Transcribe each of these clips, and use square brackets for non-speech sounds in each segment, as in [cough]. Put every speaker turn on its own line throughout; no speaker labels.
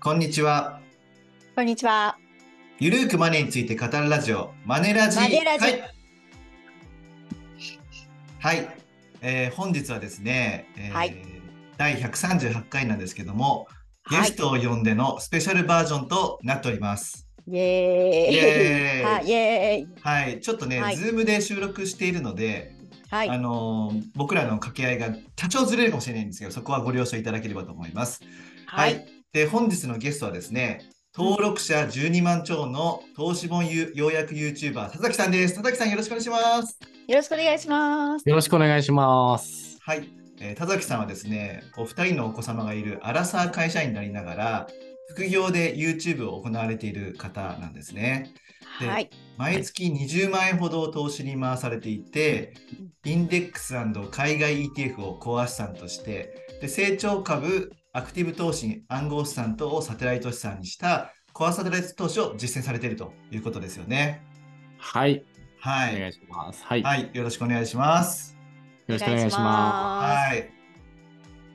こんにちは。
こんにちは。
ゆるーくマネーについて語るラジオ、マネラジ。
マネラジ
はい。はいえー本日はですね、えー
はい
第138回なんですけども、ゲ
はい
ストを呼んでのスペシャルバージョンとなっております。
イエーイ。
イエーイ
はい、イエーイ。
はい、ちょっとね、
はい
ズームで収録しているので、
はい、
あのー僕らの掛け合いが多少ずれるかもしれないんですけど、そこはご了承いただければと思います。
はい、。
で、本日のゲストはですね、登録者12万超の投資本ゆ要約 YouTuber、佐々木さんです。佐々木さん、よろしくお願いします。
よろしくお願いします。
よろしくお願いします。
はい。えー田崎さんはですね、お二人のお子様がいるアラサー会社員になりながら、副業で YouTube を行われている方なんですね。で
はい、
毎月20万円ほど投資に回されていて、インデックス海外 ETF をコア資産として、で成長株、アクティブ投資、暗号資産等をサテライト資産にしたコアサテライト投資を実践されているということですよね。
はい、
は
お
い。
願いします。はい、よ
はい、よろしくお願いします。
ろしくお願いしま
はい。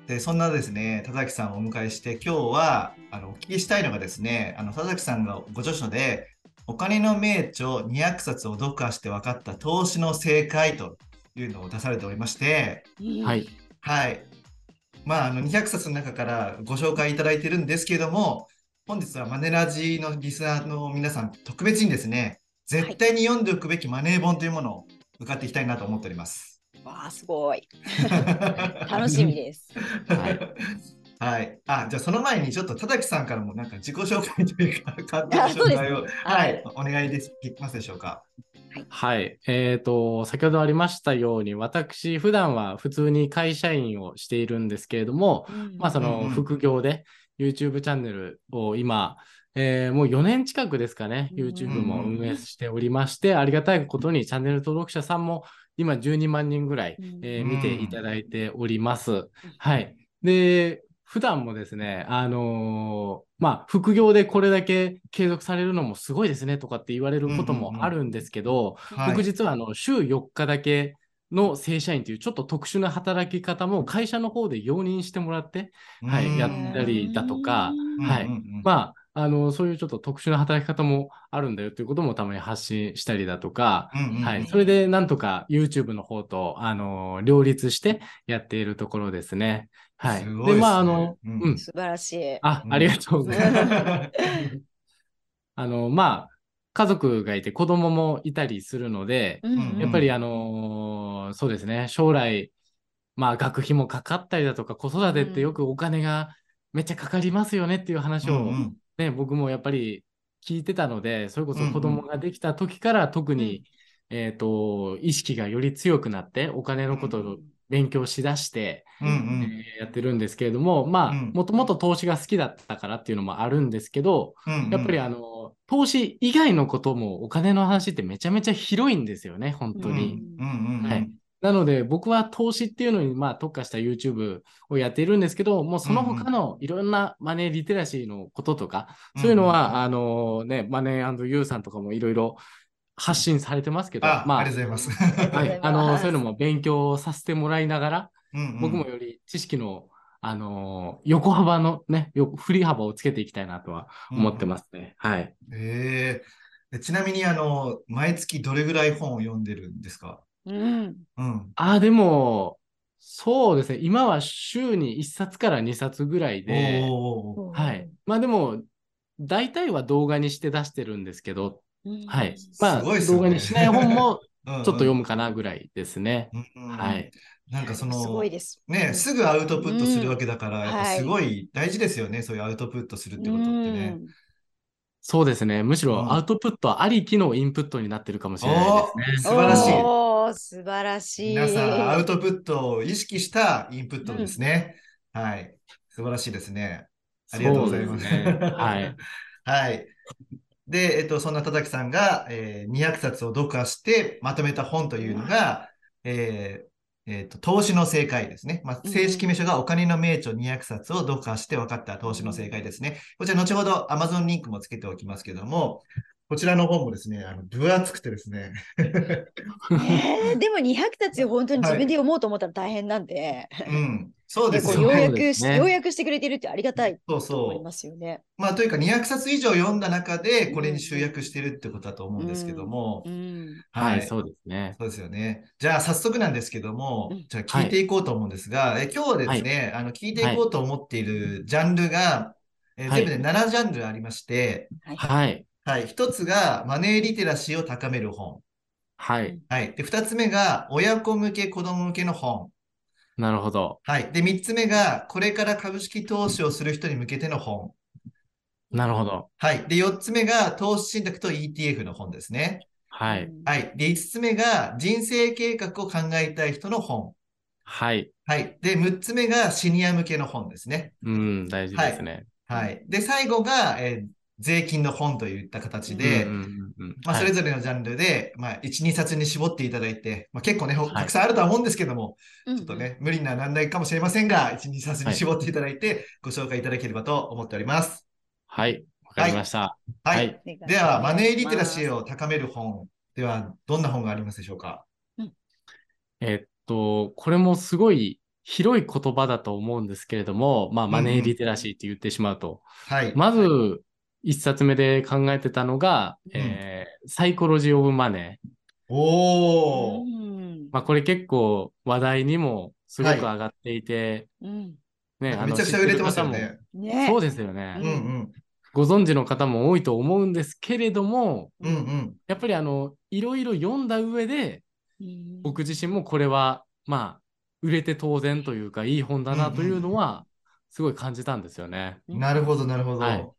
で、そんなですね、田崎さんをお迎えして、今日はあのお聞きしたいのがですね、あの田崎さんがご著書で、お金の名著200冊を読破して分かった投資の正解というのを出されておりまして、
い
す。はい、
はい。まあ、あの200冊の中からご紹介いただいてるんですけども、本日はマネラジのリスナーの皆さん、特別にですね、絶対に読んでおくべきマネー本というものを伺っていきたいなと思っております。
わあ、すごい。楽しみです。
はい。はい。あ、じゃあその前にちょっと田崎さんからもなんか自己紹介というか、簡単な紹介を、は
はいい、
お願いできますでしょうか。
はい、えっ、と、先ほどありましたように、私、普段は普通に会社員をしているんですけれども、まあ、そ
うんう
の
ん
副業で YouTube チャンネルを今、えーもう4年近くですかね、
うん
YouTube も運営しておりまして、ありがたいことにチャンネル登録者さんも今12万人ぐらい、えー
うん
見ていただいております。はい。で、普段もですね、あのーまあ、副業でこれだけ継続されるのもすごいですねとかって言われること
うんうんう
も
ん
あるんですけど、
はい。
僕実はあの週4日だけの正社員というちょっと特殊な働き方も会社の方で容認してもらって、はい
うん
やったりだとか
うん
はい
うんうんうん
まあ、あのそういうちょっと特殊な働き方もあるんだよということもたまに発信したりだとか、
うんうんうん
はい、それでなんとか YouTube の方と、あの両立してやっているところですね。はい。
すごいっすね
で、まあ、あの、
う
うん
[laughs]
ん、
素晴らしい。
あ、ありがとうございます。 [laughs] あの、まあ、家族がいて子供もいたりするので、
ん
やっぱりあのーそうですね、将来、まあ、学費もかかったりだとか、子育てってよくお金がめっちゃかかりますよねっていう話
うん
を
う、ん
ね、僕もやっぱり聞いてたので、それこそ子
うんうん
供ができた時から特
う
に、えっと、意識がより強くなって、お金のことを勉強しだして、
うんうん
えーやってるんですけれども、まあ、
うん
もともと投資が好きだったからっていうのもあるんですけど、
うんうん
やっぱりあの、投資以外のこともお金の話ってめちゃめちゃ広いんですよね、本当に。
うんうんうん
はいなので、僕は投資っていうのに、まあ、特化した YouTube をやっているんですけど、もうその他のいろんなマネーリテラシーのこととか、そういうのは、あのね、マネーユーさんとかもいろいろ発信されてますけど、
あ、
まあ、
ありがとうございます。
[laughs] はい、あの、そういうのも勉強させてもらいながら、僕も
よ
より知識の、あのー横幅のね、よ振り幅をつけていきたいなとは思ってますね。はい。
す。ええ。ちなみに、あの、毎月どれぐらい本を読んでるんですか
うん。
うん。
ああ、でも、そうですね。今は週に1冊から2冊ぐらいで、
おー
はい。。まあでも、大体は動画にして出してるんですけど、はい。まあ、
すごいっすね
動画にしない
[laughs]
本も
うんうん
ちょっと読むかなぐらいですね。
うんうんうん
はい。
なんかその、
すごいです。う
ね、
ん
すぐアウトプットするわけだから、
うん
やっぱすごい大事ですよね、そういうアウトプットするってことってね。
そうですね。むし
うん
ろアウトプットありきのインプットになってるかもし
お
れないです
ー
ね。
素晴らしい。
おー素晴らしい。
皆さん、アウトプットを意識したインプットですね。はい。素晴らしいですね。ありがとうございます。
そうですねはい。
はい。で、えっと、そんな田崎さんが、えー200冊を読破してまとめた本というのが、えーえっと、投資の正解ですね。まあ、
うん
正式名称がお金の名著200冊を読破して分かった投資の正解ですね。こちら、後ほど Amazon リンクもつけておきますけども、ここちらの本もですね、あの分厚くてです
[laughs]
ね、
ねえでも200冊本当に自分で読もうと思ったら大変なんで、
うん、そうで
ですこ
よ
うよう
ね。
やくし、
そうですね
ようやくしてくれてるってありがたい
そう
と思い
そ
ますよね。
う。まあ、というか200冊以上読んだ中で、これに集約してるってことだと思うんですけども、
うん、
は、
[laughs] はいい。
そうですね。
そうですよね。じゃあ、早速なんですけども
うん、
じゃあ聞いていこうと思うんですが、え今日はですね、あの聞いていこうと思っているジャンルが、え
はい
全部で7ジャンルありまして、
はい。
はい、1つがマネーリテラシーを高める本。
はい。
はい。で、2つ目が親子向け、子供向けの本。
なるほど。
はい。で、3つ目がこれから株式投資をする人に向けての本。
なるほど。
はい。で、4つ目が投資信託と ETF の本ですね。
はい。
はい。で、5つ目が人生計画を考えたい人の本。
はい。
はい。で、6つ目がシニア向けの本ですね。
うん、大事ですね。
はい。で、最後が、えー税金の本といった形で、
うんうんうんうん
まあ、
はい
それぞれのジャンルで、まあ、1、2冊に絞っていただいて、まあ、結構ね、ほ
はい
たくさんあるとは思うんですけども、
うん
ちょっとね、無理な難題かもしれませんが、1、2冊に絞っていただいて、ご紹介いただければと思っております。
はい。わかりました。
はい。
はい
では、マネーリテラシ
を。
ーを高める本では、どんな本がありますでしょうか
えっと、これもすごい広い言葉だと思うんですけれども、まあ、マネーリテラシーって言ってしまうと。
はい。
まず、一冊目で考えてたのが、
うん
えーサイコロジー・オブ・マネー。
おお、
うん
まあ、これ結構話題にもすごく
はい
上がっていて、
うん
ね、あ
め
の
ちゃくちゃ売れてますよね。
知ってる方
ね
もそうですよね
う
す
ん。うん。
ご存知の方も多いと思うんですけれども、
うんうん。
やっぱりあの、いろいろ読んだ上で、
うん
僕自身もこれは、まあ、売れて当然というか、いい本だなというのは、すごい感じたんですよね。
うん
なるほど、なるほど。
はい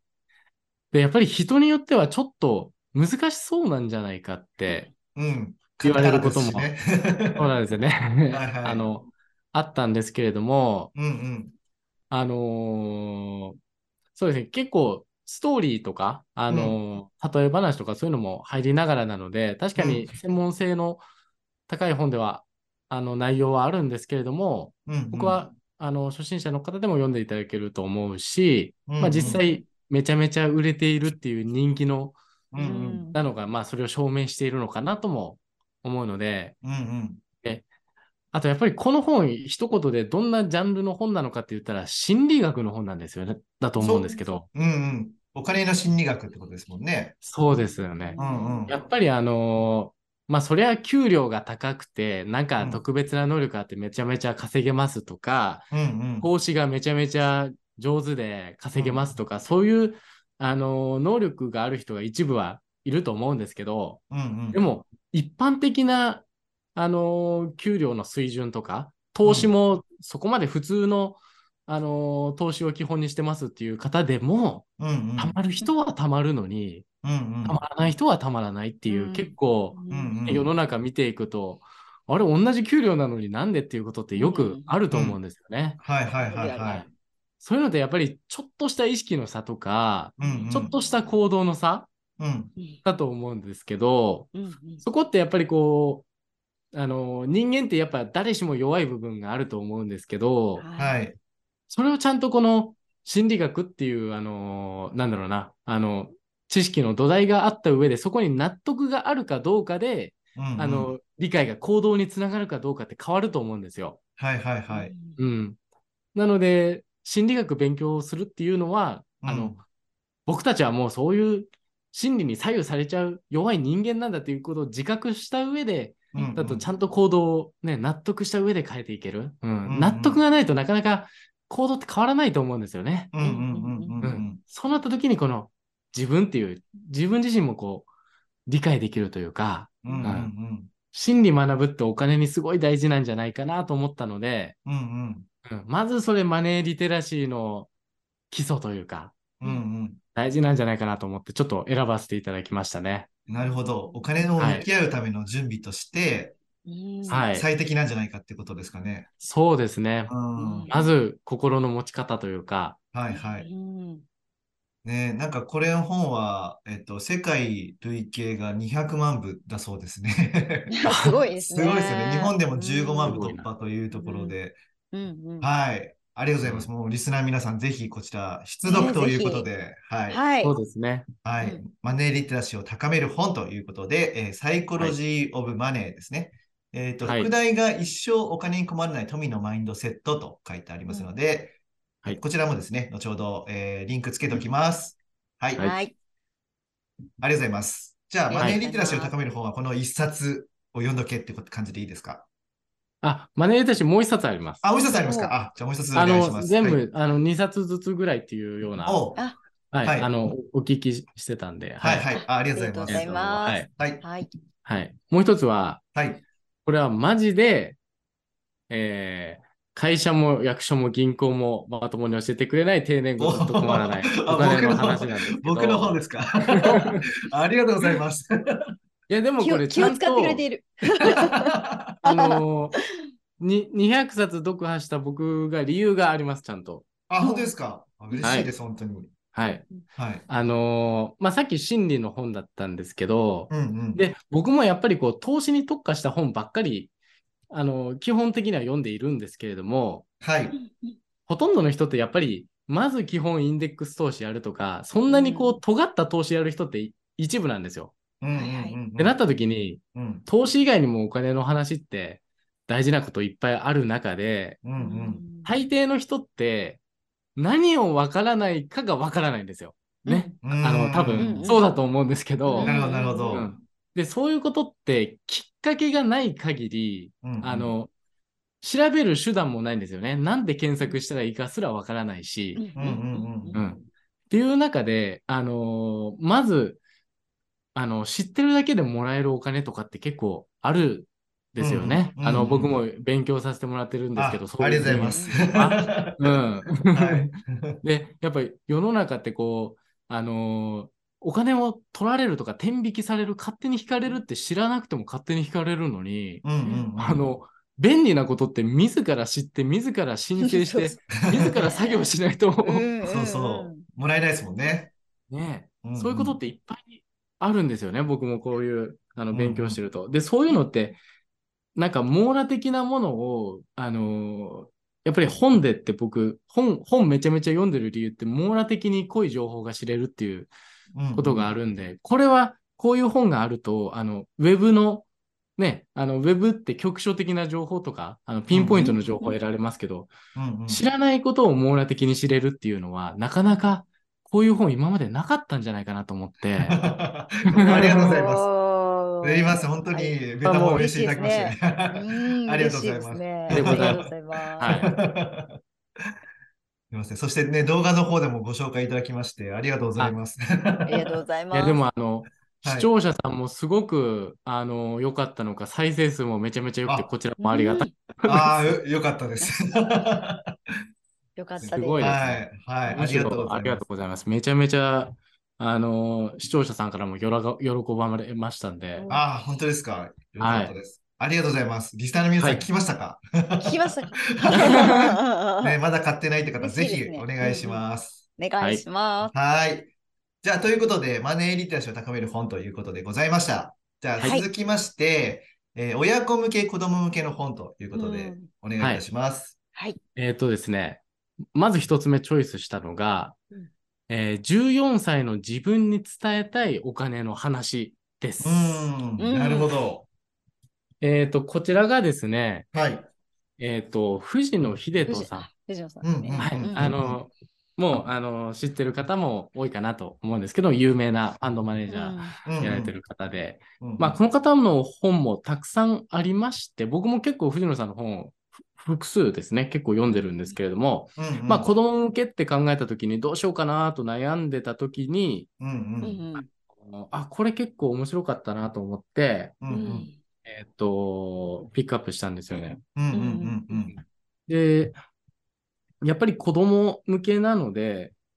で、やっぱり人によってはちょっと難しそうなんじゃないかって、
うん。
言われることも
カタカナですしね
そうなんですよね。
はいはい
[laughs] あの、あったんですけれども、
うんうん。
あのーそうですね、結構、ストーリーとか、あのー例え話とかそういうのも入りながらなので、確かに専門性の高い本では、あの、内容はあるんですけれども、
うんうん
僕は、あの、初心者の方でも読んでいただけると思うし、
うんうん
まあ、実際、めちゃめちゃ売れているっていう人気の、
うんうん
なのが、まあ、それを証明しているのかなとも思うので、
うんうん
あとやっぱりこの本、一言でどんなジャンルの本なのかって言ったら、心理学の本なんですよね。だと思うんですけど。
うんうんお金の心理学ってことですもんね。
そうですよね
う。んうん
やっぱりあのーまあ、そりゃ給料が高くて、なんか特別な能力あってめちゃめちゃ稼げますとか、
うんうん
投資がめちゃめちゃ上手で稼げますとか、そういう、あのー能力がある人が一部はいると思うんですけど、
うん
でも一般的な、あのー給料の水準とか、投資もそこまで普通の、あのー投資を基本にしてますっていう方でも、
うんうん
たまる人はたまるのに、
うん
たまらない人はたまらないっていう、
うん
結構、
うんうんうん
世の中見ていくと、あれ、同じ給料なのになんでっていうことってよくあると思うんですよね。
はいはいはいはい。
そういうのってやっぱりちょっとした意識の差とか、
うんうん
ちょっとした行動の差
うん
だと思うんですけど、
うんうん
そこってやっぱりこう、あの、人間ってやっぱ誰しも弱い部分があると思うんですけど、
は。
はいい。
それをちゃんとこの心理学っていう、あの、なんだろうな、あの、知識の土台があった上で、そこに納得があるかどうかで、
うんうん
あの、理解が行動につながるかどうかって変わると思うんですよ。
はいはいはい。
うん。なので、心理学勉強をするっていうのは、あの、僕たちはもうそういう心理に左右されちゃう弱い人間なんだということを自覚した上で、
うんうん
だとちゃんと行動をね、納得した上で変えていける。うん
うん
納得がないとなかなか行動って変わらないと思うんですよね。
うんうんうんうんう
うんそうなった時にこの自分っていう、自分自身もこう、理解できるというか、
うんうんうん
心理学ぶってお金にすごい大事なんじゃないかなと思ったので、
うんうん
うんまずそれマネーリテラシーの基礎というか、
うんうん
大事なんじゃないかなと思って、ちょっと選ばせていただきましたね。
なるほど。お金の向き合うための準備として
うん
はい
最適なんじゃないかってことですかね。
そうですね
う。ん
うん
まず、心の持ち方というか、
はいはい。
うん
ねえ、なんかこれの本は、えっと、世界累計が200万部だそうですね。
すごいですす
ご
ね。
いですよね。日本でも
うん
15万
す
部
ごい
突
な
破というところで。
うんうん
はい。ありがとうございます。もうリスナー皆さん、ぜひこちら、出読ということで、はい。
はい。
そうですね。
はい、
うん
マネーリテラシーを高める本ということで、えーサイコロジー・オブ・マネーですね。えっ、と、
はい
副題が一生お金に困らない富のマインドセットと書いてありますので、
うんはい
こちらもですね、後ほど、えーリンクつけておきます。はい、ありが
はい。
とうございます。じゃあ、
はい
マネーリテラシーを高める本はこの一冊を読んどけってこと感じでいいですか
あ、マネーたちもう一冊あります。
あ、もう一冊あります
お
かあ、じゃあもう一冊お
あ
願いしま
の、
す。
全
はい
部、あの、2冊ずつぐらいっていうような、は
おう
あ
い、
はい
あの、お聞きしてたんで、
はいはい。あありがとうご
あ
ざ
り
い
が
ま
とう
す。
ご
は
ざいます
はい。
い。
はい。
はい。もう一つは、
はい。
これはマジで、えー会社も役所も銀行もまともに教えてくれない定年後ずっと困らない
お
お金の話なんですけど。
僕の方ですかありがとうございます。 [laughs]
いや、でも
気
こ
を
れ
気
ちゃ
を
ん
使って
と
く、れている。
あのー [laughs] に、200冊読破した僕が理由があります、ちゃんと。
あ、本当ですか。あ嬉しいです、本当に。
はい。
はい。
あのーまあ、さっき心理の本だったんですけど、
うんうん。
で、僕もやっぱりこう、投資に特化した本ばっかり、あの、基本的には読んでいるんですけれども、
はい。
ほとんどの人ってやっぱり、まず基本インデックス投資やるとか、そんなにこ
う
う、尖った投資やる人って一部なんですよ。
うんうんうん。
ってなった時に、
うん
投資以外にもお金の話って大事なこといっぱいある中で、
うんうん。
大抵の人って何をわからないかがわからないんですよ。ね。
うん
あの、多
うんう
分、
ん
そうだと思うんですけど、
なるほど、なるほど。
う
うんん
で、そういうことってきっかけがない限り、
うん
あ、の、調べる手段もないんですよね。なんで検索したらいいかすらわからないし、っ
うんうん
うんていう中で、あのーまず、あの、知ってるだけでもらえるお金とかって結構あるんですよね。
うんうん
あの、
うん
僕も勉強させてもらってるんです
あ
けど、。
ありがとうございますす。
あうん。
はい。
で、やっぱり世の中ってこう、あのーお金を取られるとか、天引きされる、勝手に引かれるって知らなくても勝手に引かれるのに、
うんうんうん。
あの、便利なことって自ら知って、自ら
[laughs]
申請して、自ら作業しないと、
そうそうもらえないですもんね。
ね、
んん
そういうことっ。ていっぱいあるんですよね。僕もこういう、あの、勉強してると。で、そういうのって、なんか網羅的なものを、あのーやっぱり本でって僕、本、本めちゃめちゃ読んでる理由って網羅的に濃い情報が知れるっていうことがあ
る。
るんで、これは、こういう本があると、あの、ウェブの、ね、あの、ウェブって局所的な情報とか、あの、ピンポイントの情報を得られますけど、
うんうん
知らないことを網羅的に知れるっていうのは、なかなか、こういう本今までなかったんじゃないかなと
[laughs]
思って、
ありがとうございます。
す
やります。本当に、ベタも嬉しいいただきまして。
あ
ありがとうございます
ね
ありが
とうご
ざいます
はい。
すみません。そしてね、動画の方でもご紹介いただきまして、ありがとうございます。
ありがとうございます。
いや、でもあの、
はい
視聴者さんもすごく、あの、良かったのか、再生数もめちゃめちゃ良くて、
あ
こちらもありがたい。
[laughs] ああ、よよかったです。は
よかったです。
すごい
い、
ですね
はい、あ
む
り
し
がとう
ろ
ござ
あ
い
りが
ま
と
す
う。ございます。めちゃめちゃ、あの、視聴者さんからもよろが喜ばれましたんで、
ああ、本当ですか。よかったです。ありがとうございます。リスナーの皆さん
はい
聞きましたか、 [laughs]
聞きましたか [laughs]
ね、まだ買ってないって方、
嬉
ぜ
しいで
ひ
すね
お願いします。
お願いします。
はい。じゃあ、ということで、マネーリテラシーを高める本ということでございました。じゃあ、
はい
続きまして、えー親子向け、子供向けの本ということで、
ん
お願いいたします。
はい。
えっ、とですね、まず一つ目チョイスしたのが、
うん
えー14歳の自分に伝えたいお金の話です。
うー
うん
ん、なるほど。
えっ、と、こちらがですね、
はい。
えっ、と、藤野秀人さ
藤野さん
うん、うん、
ですね。
うん。
はい
うん
ん。あの、もう、あの、知ってる方も多いかなと思うんですけど、有名なファンドマネージャ
うん、う
ー
ん
やられてる方で、
うん
まあ、この方の本もたくさんありまして、僕も結構藤野さんの本をふ複数ですね、結構読んでるんですけれども、
うんうん
まあ子供向けって考えた時にどうしようかなと悩んでた時に、
うん
う
うん
んうん
あのあ、これ結構面白かったなと思って、
う
うん
うん
ん
えっと、ピックアップしたんですよね。
うんうんうん
で、やっぱり子供向けなので、 [clears throat]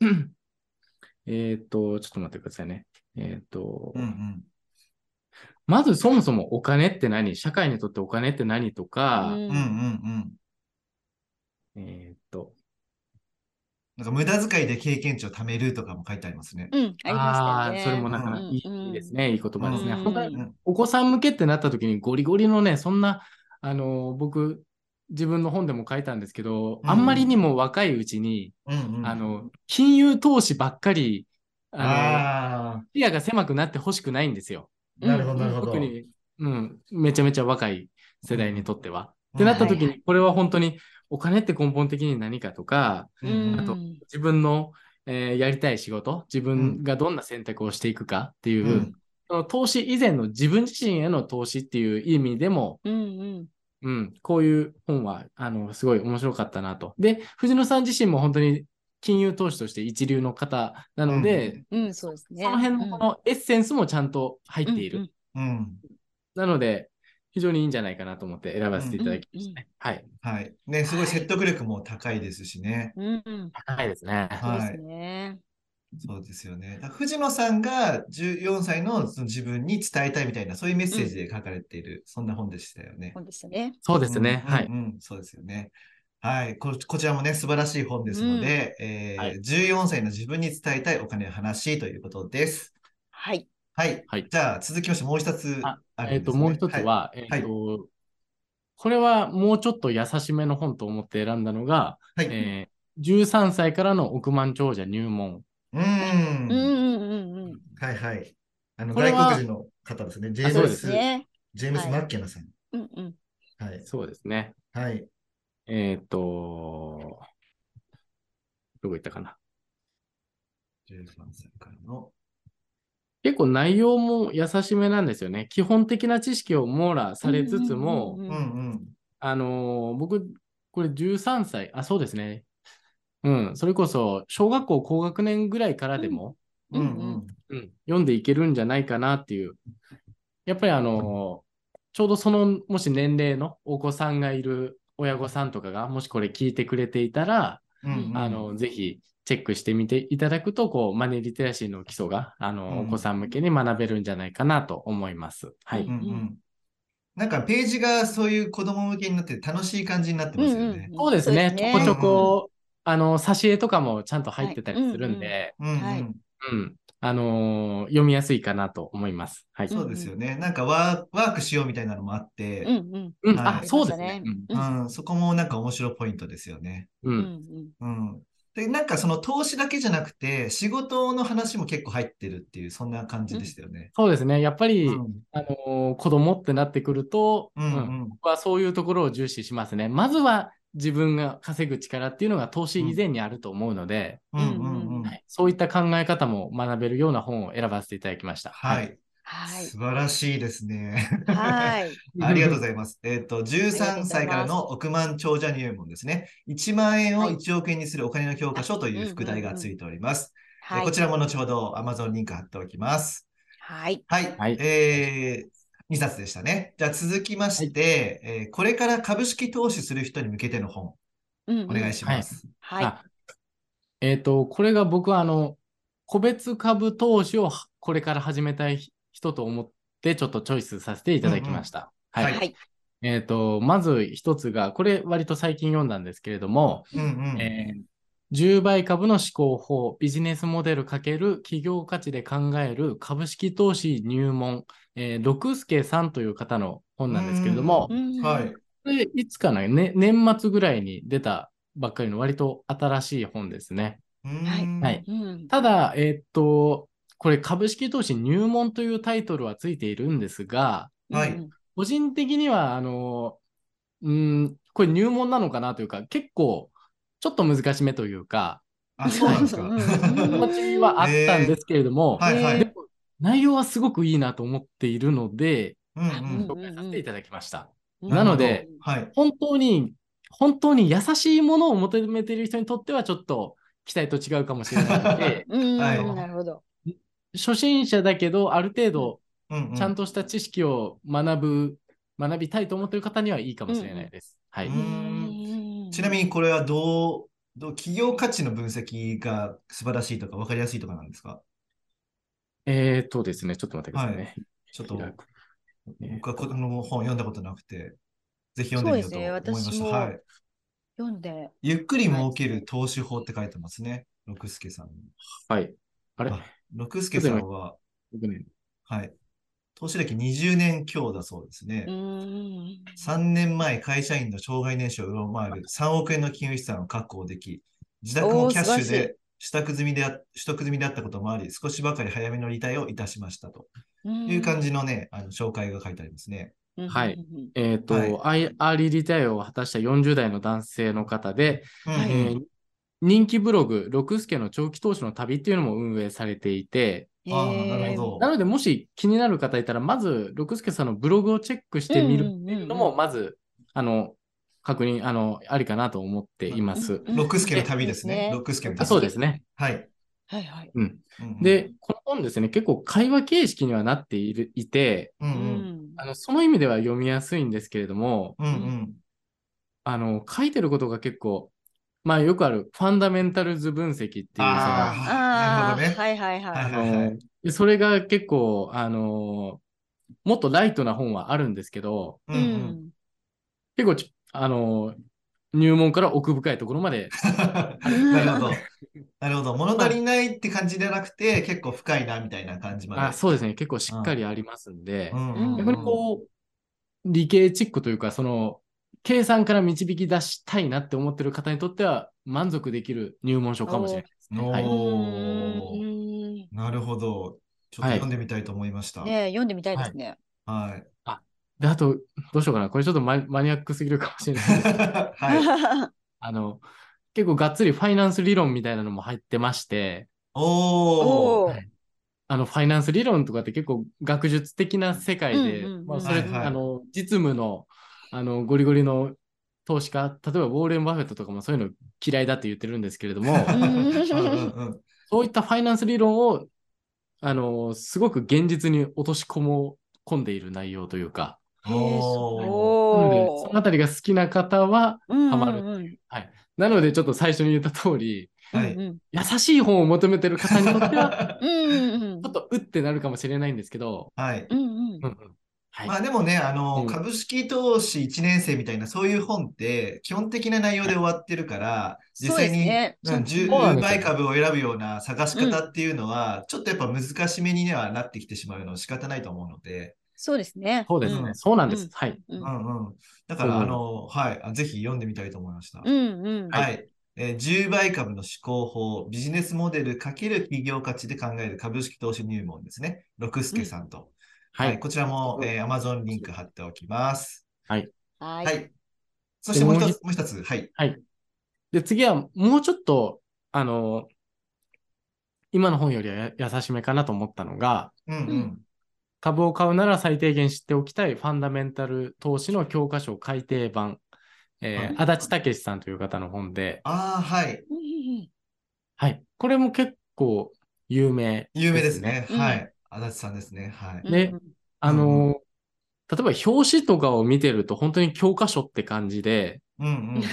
えっと、ちょっと待ってくださいね。えっと
うんう、ん
まずそもそもお金って何社会にとってお金って何とか、
うんうんうん
えっと、
なんか無駄遣いで経験値を貯めるとかも書いてありますね。
うん、ありましたよね。
ーそれもなかなかいい,、
うん
いいですね。いい言葉ですね。
うん
本当
う
に
ん
お子さん向けってなった時にゴリゴリのね、そんな、あのー僕、自分の本でも書いたんですけど、
うん
あんまりにも若いうちに、
うんうん
あの、金融投資ばっかり、あの、
あ
視野が狭くなってほしくないんですよ。
ーなるほど、なるほど。
特に、うん、めちゃめちゃ若い世代にとっては。
うん
ってなった
はい
時に、これは本当にお金って根本的に何かとか、
う
うん
ん
あと自分の、えーやりたい仕事、自分がどんな選択をしていくかっていう、
うん
その投資以前の自分自身への投資っていう意味でも、
うんうん
うん、こういう本は、あの、すごい面白かったなと。で、藤野さん自身も本当に金融投資として一流の方なので、
うん、そうですね。
その辺のこのエッセンスもちゃんと入っている。
うん
うん
なので、非常にいいんじゃないかなと思って選ばせていただきましたね。はい。
はい。ね、すごい説得力も高いですしね。
うんうん、
高いですね。
そう
は
で
い
すね。
そうですよね。だから藤野さんが14歳のその自分に伝えたいみたいな、そういうメッセージで書かれている、そんな本でしたよね。
本でしたね。
そうですね。
うん
は
う
い。
んうんそうですよね。はいこ。こちらもね、素晴らしい本ですので、えー
はい
14歳の自分に伝えたいお金の話ということです。
はい。
はい。
はい
じゃあ、続きまして、もう一つ
あ
ある
えっ、
んで
と、
すね、
もう一つ
い、
は、えっ、と、これはもうちょっと優しめの本と思って選んだのが、
はい
えー13歳からの億万長者入門。
うー
うん
ん、
うんうんうん。
はいはい。あの、
これは
外国人の方ですね。ジェ
あ
ー
そう
ム
で
ス、
す
ね。
ジェームス・
はい
マッケナさん。
うんうん。
はい。
そうですね。
はい。
えっ、と、どこ行ったかな。
13歳からの。
結構内容も優しめなんですよね。基本的な知識を網羅されつつも、
うんうん
う
うん
ん
う
うんん。
あのー僕、これ13歳、あ、そうですね。うん、それこそ、小学校高学年ぐらいからでも、
う
うんん
う
う
ん。
ん
うん、読んでいけるんじゃないかなっていう。やっぱりあのーちょうどその、もし年齢のお子さんがいる親御さんとかが、もしこれ聞いてくれていたら、
うんうん
あの、ぜひチェックしてみていただくと、こう、マネーリテラシーの基礎が、あの、
うん
お子さん向けに学べるんじゃないかなと思います。はい。
うんうんなんかページがそういう子供向けになって楽しい感じになってますよね。
そうですね。ちょこちょこ、あの、挿絵とかもちゃんと入ってたりするんで、
うんうん
はい
うん、あのー読みやすいかなと思います。はい。
そうですよね。なんかワーワークしようみたいなのもあって、
うんうん
うん、
は
あ、
い
そうですね。
うん
うんそこもなんか面白いポイントですよね。
うん、
う
うん、
うんん
うん、で、なんかその投資だけじゃなくて、仕事の話も結構入ってるっていう、そんな感じでしたよね。
そうですね。やっぱり、
うん
あのー子供ってなってくると、
うんうん
僕はそういうところを重視しますね。まずは自分が稼ぐ力っていうのが投資以前にあると思うので、
うんうんうん
うん
はいそういった考え方も学べるような本を選ばせていただきました。
は。い、
はい。
素晴らしいですね。 [laughs]
はい。
ありがとうご
い
ざいます。えっ、と、
ありがと
13
うござ
歳
いま
か
す
らの億万長者入門ですね。1万円を1億円にするお金の教科書と
はいいううん
副題がついております。
は
え
い。
こちらも後ほど Amazon リンク貼っておきます。
はい。
はい。
はい
えー、2冊でしたね。じゃあ続きまして、えーこれから株式投資する人に向けての本、
うんうん
お願いします。
は
あえっ、と、これが僕はあの、個別株投資をはこれから始めたい人と思って、ちょっとチョイスさせていただきました。
うん
い。
はい。
はい。
えっ、と、まず一つが、これ割と最近読んだんですけれども、
うんうん。
えー10倍株の思考法、ビジネスモデル×企業価値で考える株式投資入門、えー六助さんという方の本なんですけれども、
うん
はい。。
これいつかな、ね、年末ぐらいに出たばっかりの割と新しい本ですね。
うーん
はい。
うん。
ただ、えーっと、これ株式投資入門というタイトルはついているんですが、
はい
うん
個人的には、あの、うん、これ入門なのかなというか、結構、ちょっと難しめというか、
あ、そうなんですか。
う
うん
う
ん
ん
気持ちはあったんですけれども、
[laughs] はいはい
でも内容はすごくいいなと思っているので、
うん
う
紹
んうん
介させていただきました。
うん、
なので
はい。
本当に、本当に優しいものを求めている人にとっては、ちょっと期待と違うかもしれないので
[laughs]
うん。
はい
なるほど。
初心者だけど、ある程度、
うんう
ちゃん
と。
とした知識を学ぶ、学びたいと思っている方にはいいかもしれないです。は
う
い。
んちなみにこれはどう、どう企業価値の分析が素晴らしいとか分かりやすいとかなんですか
えーとですね、ちょっと待ってくださいね。
ちょっと
開くね
僕はこの本読んだことなくて、ぜひ読んでみようと思いま
そう
し
で
た。
すね私も
はい。
読んで。
ゆっくり儲ける投資法って書いてますね。六助さん。
はい。あれ
あ六助さんは、
僕ね、
はい。投資歴20年強だそうですね。
うん。
3年前、会社員の障害年収を上回る3億円の金融資産を確保でき、自宅もキャッシ
おー
ュ
素晴らし
で取得済みであ取得済みであったこともあり、少しばかり早めのリタイをいたしましたという感じのね、あの紹介が書いてありますね。
うん。
はい
うん。
えっ、と、アイアーリーリタイアを果たした40代の男性の方で、
うん
はい
え
うん
ー人気ブログ、六助の長期投資の旅っていうのも運営されていて、
うん
ああ
へー
なるほど
なので、もし気になる方いたら、まず、六助さんのブログをチェックしてみるっていう
う
の
んうんうんう
も、
ん
まず、あの、確認、あの、ありかなと思っています。
うん
六助の旅ですね。
うん
六助の旅。
あそうですね。
はい。
はいはい。
うんうん
で、、この本ですね、結構会話形式にはなっているいて、
うんう。
うんん
あのその意味では読みやすいんですけれども、
うんうん。
あの書いてることが結構、まあよくあるファンダメンタルズ分析っていうその
あなる
あ
ほどね
ーはいはいはい。
はい
あの
はい
でそれが結構、あのもっとライトな本はあるんですけど、
うんうん。
結構ちょ、あの入門から奥深いところまで、
うん
[laughs] なるほど。なるほど。物足りないって感じじゃなくて、結構深いなみたいな感じまで。
あそうですね、結構しっかりありますんで、
うんうんうん
逆にこう、理系チックというか、その、計算から導き出したいなって思ってる方にとっては、満足できる入門書かもしれないですね。
おー
はい、
おー
うん
なるほど。ちょっと
はい
読んでみたいと思いました。はい。
ね読んでみたいですね。
はい。 [laughs]
で、あと、どうしようかな。これちょっとママニアックすぎるかもしれないで
[laughs]
すけどあの、結構がっつりファイナンス理論みたいなのも入ってまして、
おお。
おー
はいあの、ファイナンス理論とかって結構学術的な世界で、
うんうんうん
まあ、それ、
はいはい
あの、実務の、あの、ゴリゴリの投資家、例えばウォーレン・バフェットとかもそういうの嫌いだって言ってるんですけれども、
うんうんう
[laughs]
ん
そういったファイナンス理論を、あの、すごく現実に落とし込も込んでいる内容というか、
へー
おー
なので
お
そのあたりが好きな方は、
ー。
ハマる
うんうんうん
なのでちょっと最初に言った通り、
はい
うんうん
優しい本を求めてる方にとって
[laughs]
は、
うんうんうん
ちょっとうってなるかもしれないんですけど、
はい。
うんうん
うんうんはい
まあでもね、あの、
うん
株式投資1年生みたいな、そういう本って、基本的な内容で終わってるから、実
そうで
際
す
に、
ね
うん10
そうなんです
倍
よ
株を選ぶような探し方っていうのは、ちょっとやっぱ難しめにはなってきてしまうのは仕方ないと思うので、
そうですね。
そうですね、
うん
そうなんです。
うん
はい。
う
うんんうん。だから、
うん
あの、はいあ、ぜひ読んでみたいと思いました。
うんうん。
はい、えー10倍株の施行法、ビジネスモデル×企業価値で考える株式投資入門ですね。六助さんと。
は
はいい。。こちらも、えー Amazon リンク貼っておきます。
は。
はいい。そしてもう一
でもう
つ、もう一つ。はい。
で、次はもうちょっと、あの、今の本よりはや優しめかなと思ったのが、
うん
う
うん
ん。
株を買うなら最低限知っておきたいファンダメンタル投資の教科書改訂版、えー
はい
足立武さんという方の本で、
ああ、はい。
うんうん
はい。これも結構有名、
有名です。ね。
うん
はい。足立さんですね。はい。
うん
ね
うん
あの、
うん
例えば表紙とかを見てると本当に教科書って感じで、
うんうん。ね、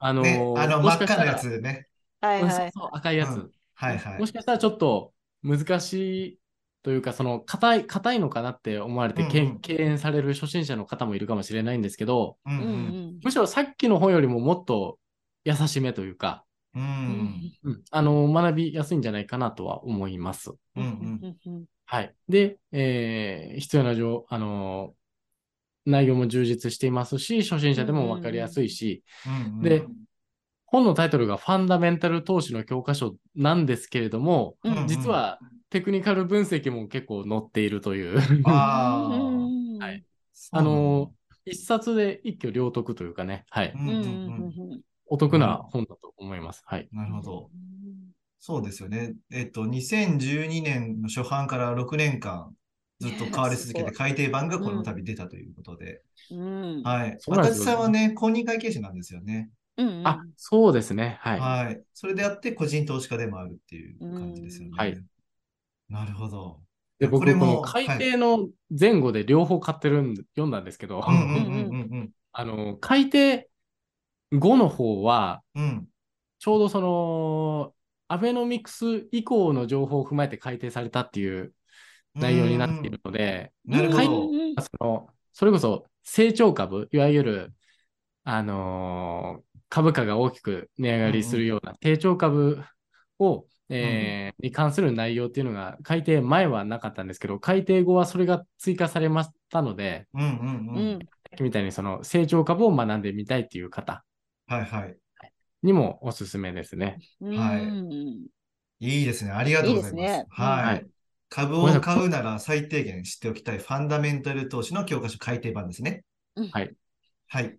あの、
あの、
も
真っ
しかし
赤
た
な
ら
やつね。
[laughs] はい
うんそ
は
う
い。
そう赤いやつ。
うんはいはい
も。しかしたらちょっと難しいというか、その硬い、硬いのかなって思われて、けん
うんうん
敬遠される初心者の方もいるかもしれないんですけど、
うん
うん
むしろさっきの本よりももっと優しめというか、
うん。う
うんん
うんあの、学びやすいんじゃないかなとは思います。
うんうん。
うん
はい。で、えー必要な情、あのー内容も充実していますし、初心者でも分かりやすいし、
うん
で本のタイトルがファンダメンタル投資の教科書なんですけれども、
うん
うん
実はテクニカル分析も結構載っているという、
ああ。
うん
はい
そう
あ
なんだ
の、 [laughs] 一冊で一挙両得というかね、はい、
うん
う
うんん
うん
うん。
うん
お得な本だと思います。はい。
なるほど。。そうですよね。えっと、2012年の初版から6年間、ずっと変わり続け
ね
て、
え
改訂版がこの度出たということで。
うん。
はい。
そうなんで
私
すよ
さんはね、公認会計士なんですよね。
うんうん
あ、そうですね。はい。
はい。それであって、個人投資家でもあるっていう感じですよね。
うんはい。
なるほど。
で、
こ
僕、
れも
この改訂の前後で両方買ってるん、読んだんですけど、
うんうんうんうん
[laughs] あの、改訂後の方は、
うん。うん。
ちょうどその、アベノミクス以降の情報を踏まえて改訂されたっていう内容になっているので、
うんなるほど。
うん
そのそれこそ成長株、いわゆる、あのー株価が大きく値上がりするような成長株を、えーに関する内容っていうのが改定前はなかったんですけど、改定後はそれが追加されましたので、
うんうん
う
うん。
ん。
さっきみたいにその成長株を学んでみたいっていう方
はいはい。
にもおすすめですね。
はい
うん
いいですね。ありがとうございます。
いいですね
は
はいい。
株を買うなら最低限知っておきたいファンダメンタル投資の教科書改訂版ですね。
うん
はい。
はい。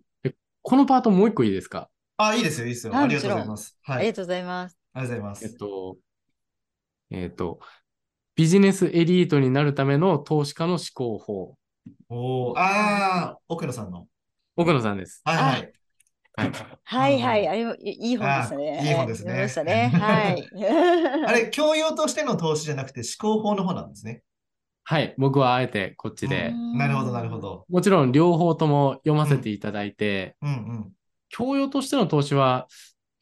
このパートもう一個いいですか
あ、いいですよ、いいですよ。
はい
ありがとうございます。
あ
はい。あ
り
り
がとうございます。
がとうございま
えっ
す。
と、えっと、ビジネスエリートになるための投資家の思考法。
おーあー、奥野さんの。
奥野さんです。
はいはい。
はい。
はい
うん
はい。あれもいいい本でした
あ
ね。
いい本ですね
はい読みまし
[laughs]
たね。はい。
あれ、教養としての投資じゃなくて、思考法の方なんですね。
はい。僕はあえてこっちで、
うん [laughs] なるほど、なるほど。
もちろん両方とも読ませていただいて、
うんうん。
教養としての投資は、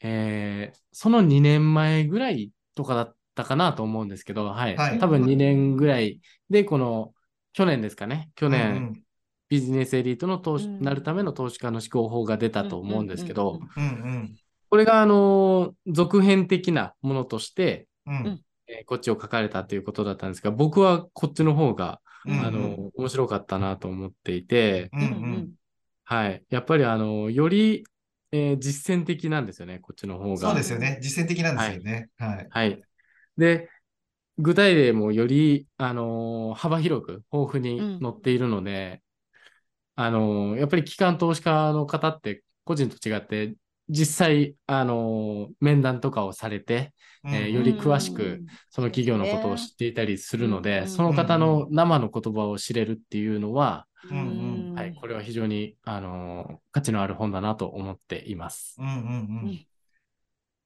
えーその2年前ぐらいとかだったかなと思うんですけど、はい。
はい
多分2年ぐらいで、この、去年ですかね。去年、ビジネスエリートの投資、
うん
なるための投資家の思考法が出たと思うんですけど、
うんうんうんうん
うんうん。
これが、あのー続編的なものとして、
うんうんうん
えーこっちを書かれたということだったんですが、僕はこっちの方が、
うん。
あのー面白かったなと思っていて、
うんうん。
はい。やっぱり、あのーより、えー実践的なんですよね、こっちの方が。
そうですよね。実践的なんですよね。はい。
はい。で、具体例もより、あのー幅広く、豊富
う
に
ん
載っているので、あのーやっぱり機関投資家の方って、個人と違って、実際、あのー面談とかをされて、
うん
えー
うん
より詳しく
うん
その企業のことを知っていたりするの
う
で、
ん
その方の生の言葉を知れるっていうのは、
うんうん
はい、これは非常に、あのー価値のある本だなと思っています。
うんうんう。
うんん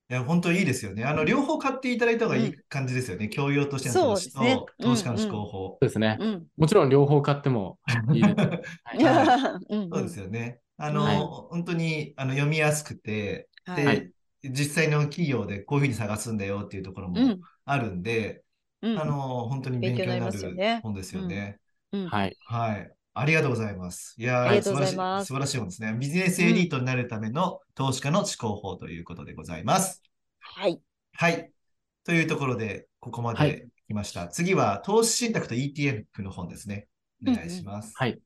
いや、本当いいですよね。あの、両方買っていただいた方がいい感じですよね。教養としての投資
そうですね
と、投資家の思考法。
そうですね。
うん。
もちろん両方買ってもいいです。
[laughs]
はい
[laughs] うん
そうですよね。あ
はい
の、本当にあの読みやすくて、
はい
で、
はい
実際の企業でこういうふうに探すんだよっていうところ
う
も
ん
あるんで、
うん
あの、本当に勉強にな
勉強になりますよね
る本ですよね。
うん
はい。
はい。ありがとうございます。いやー
ありがとうございます
素晴らしい、素晴らしい本ですね。ビジネスエリートになるための投資家の思考法ということでございます。
はい。
はい。というところで、ここま
はい
で来ました。次は、投資信託と ETF の本ですね。お願いします。
はい。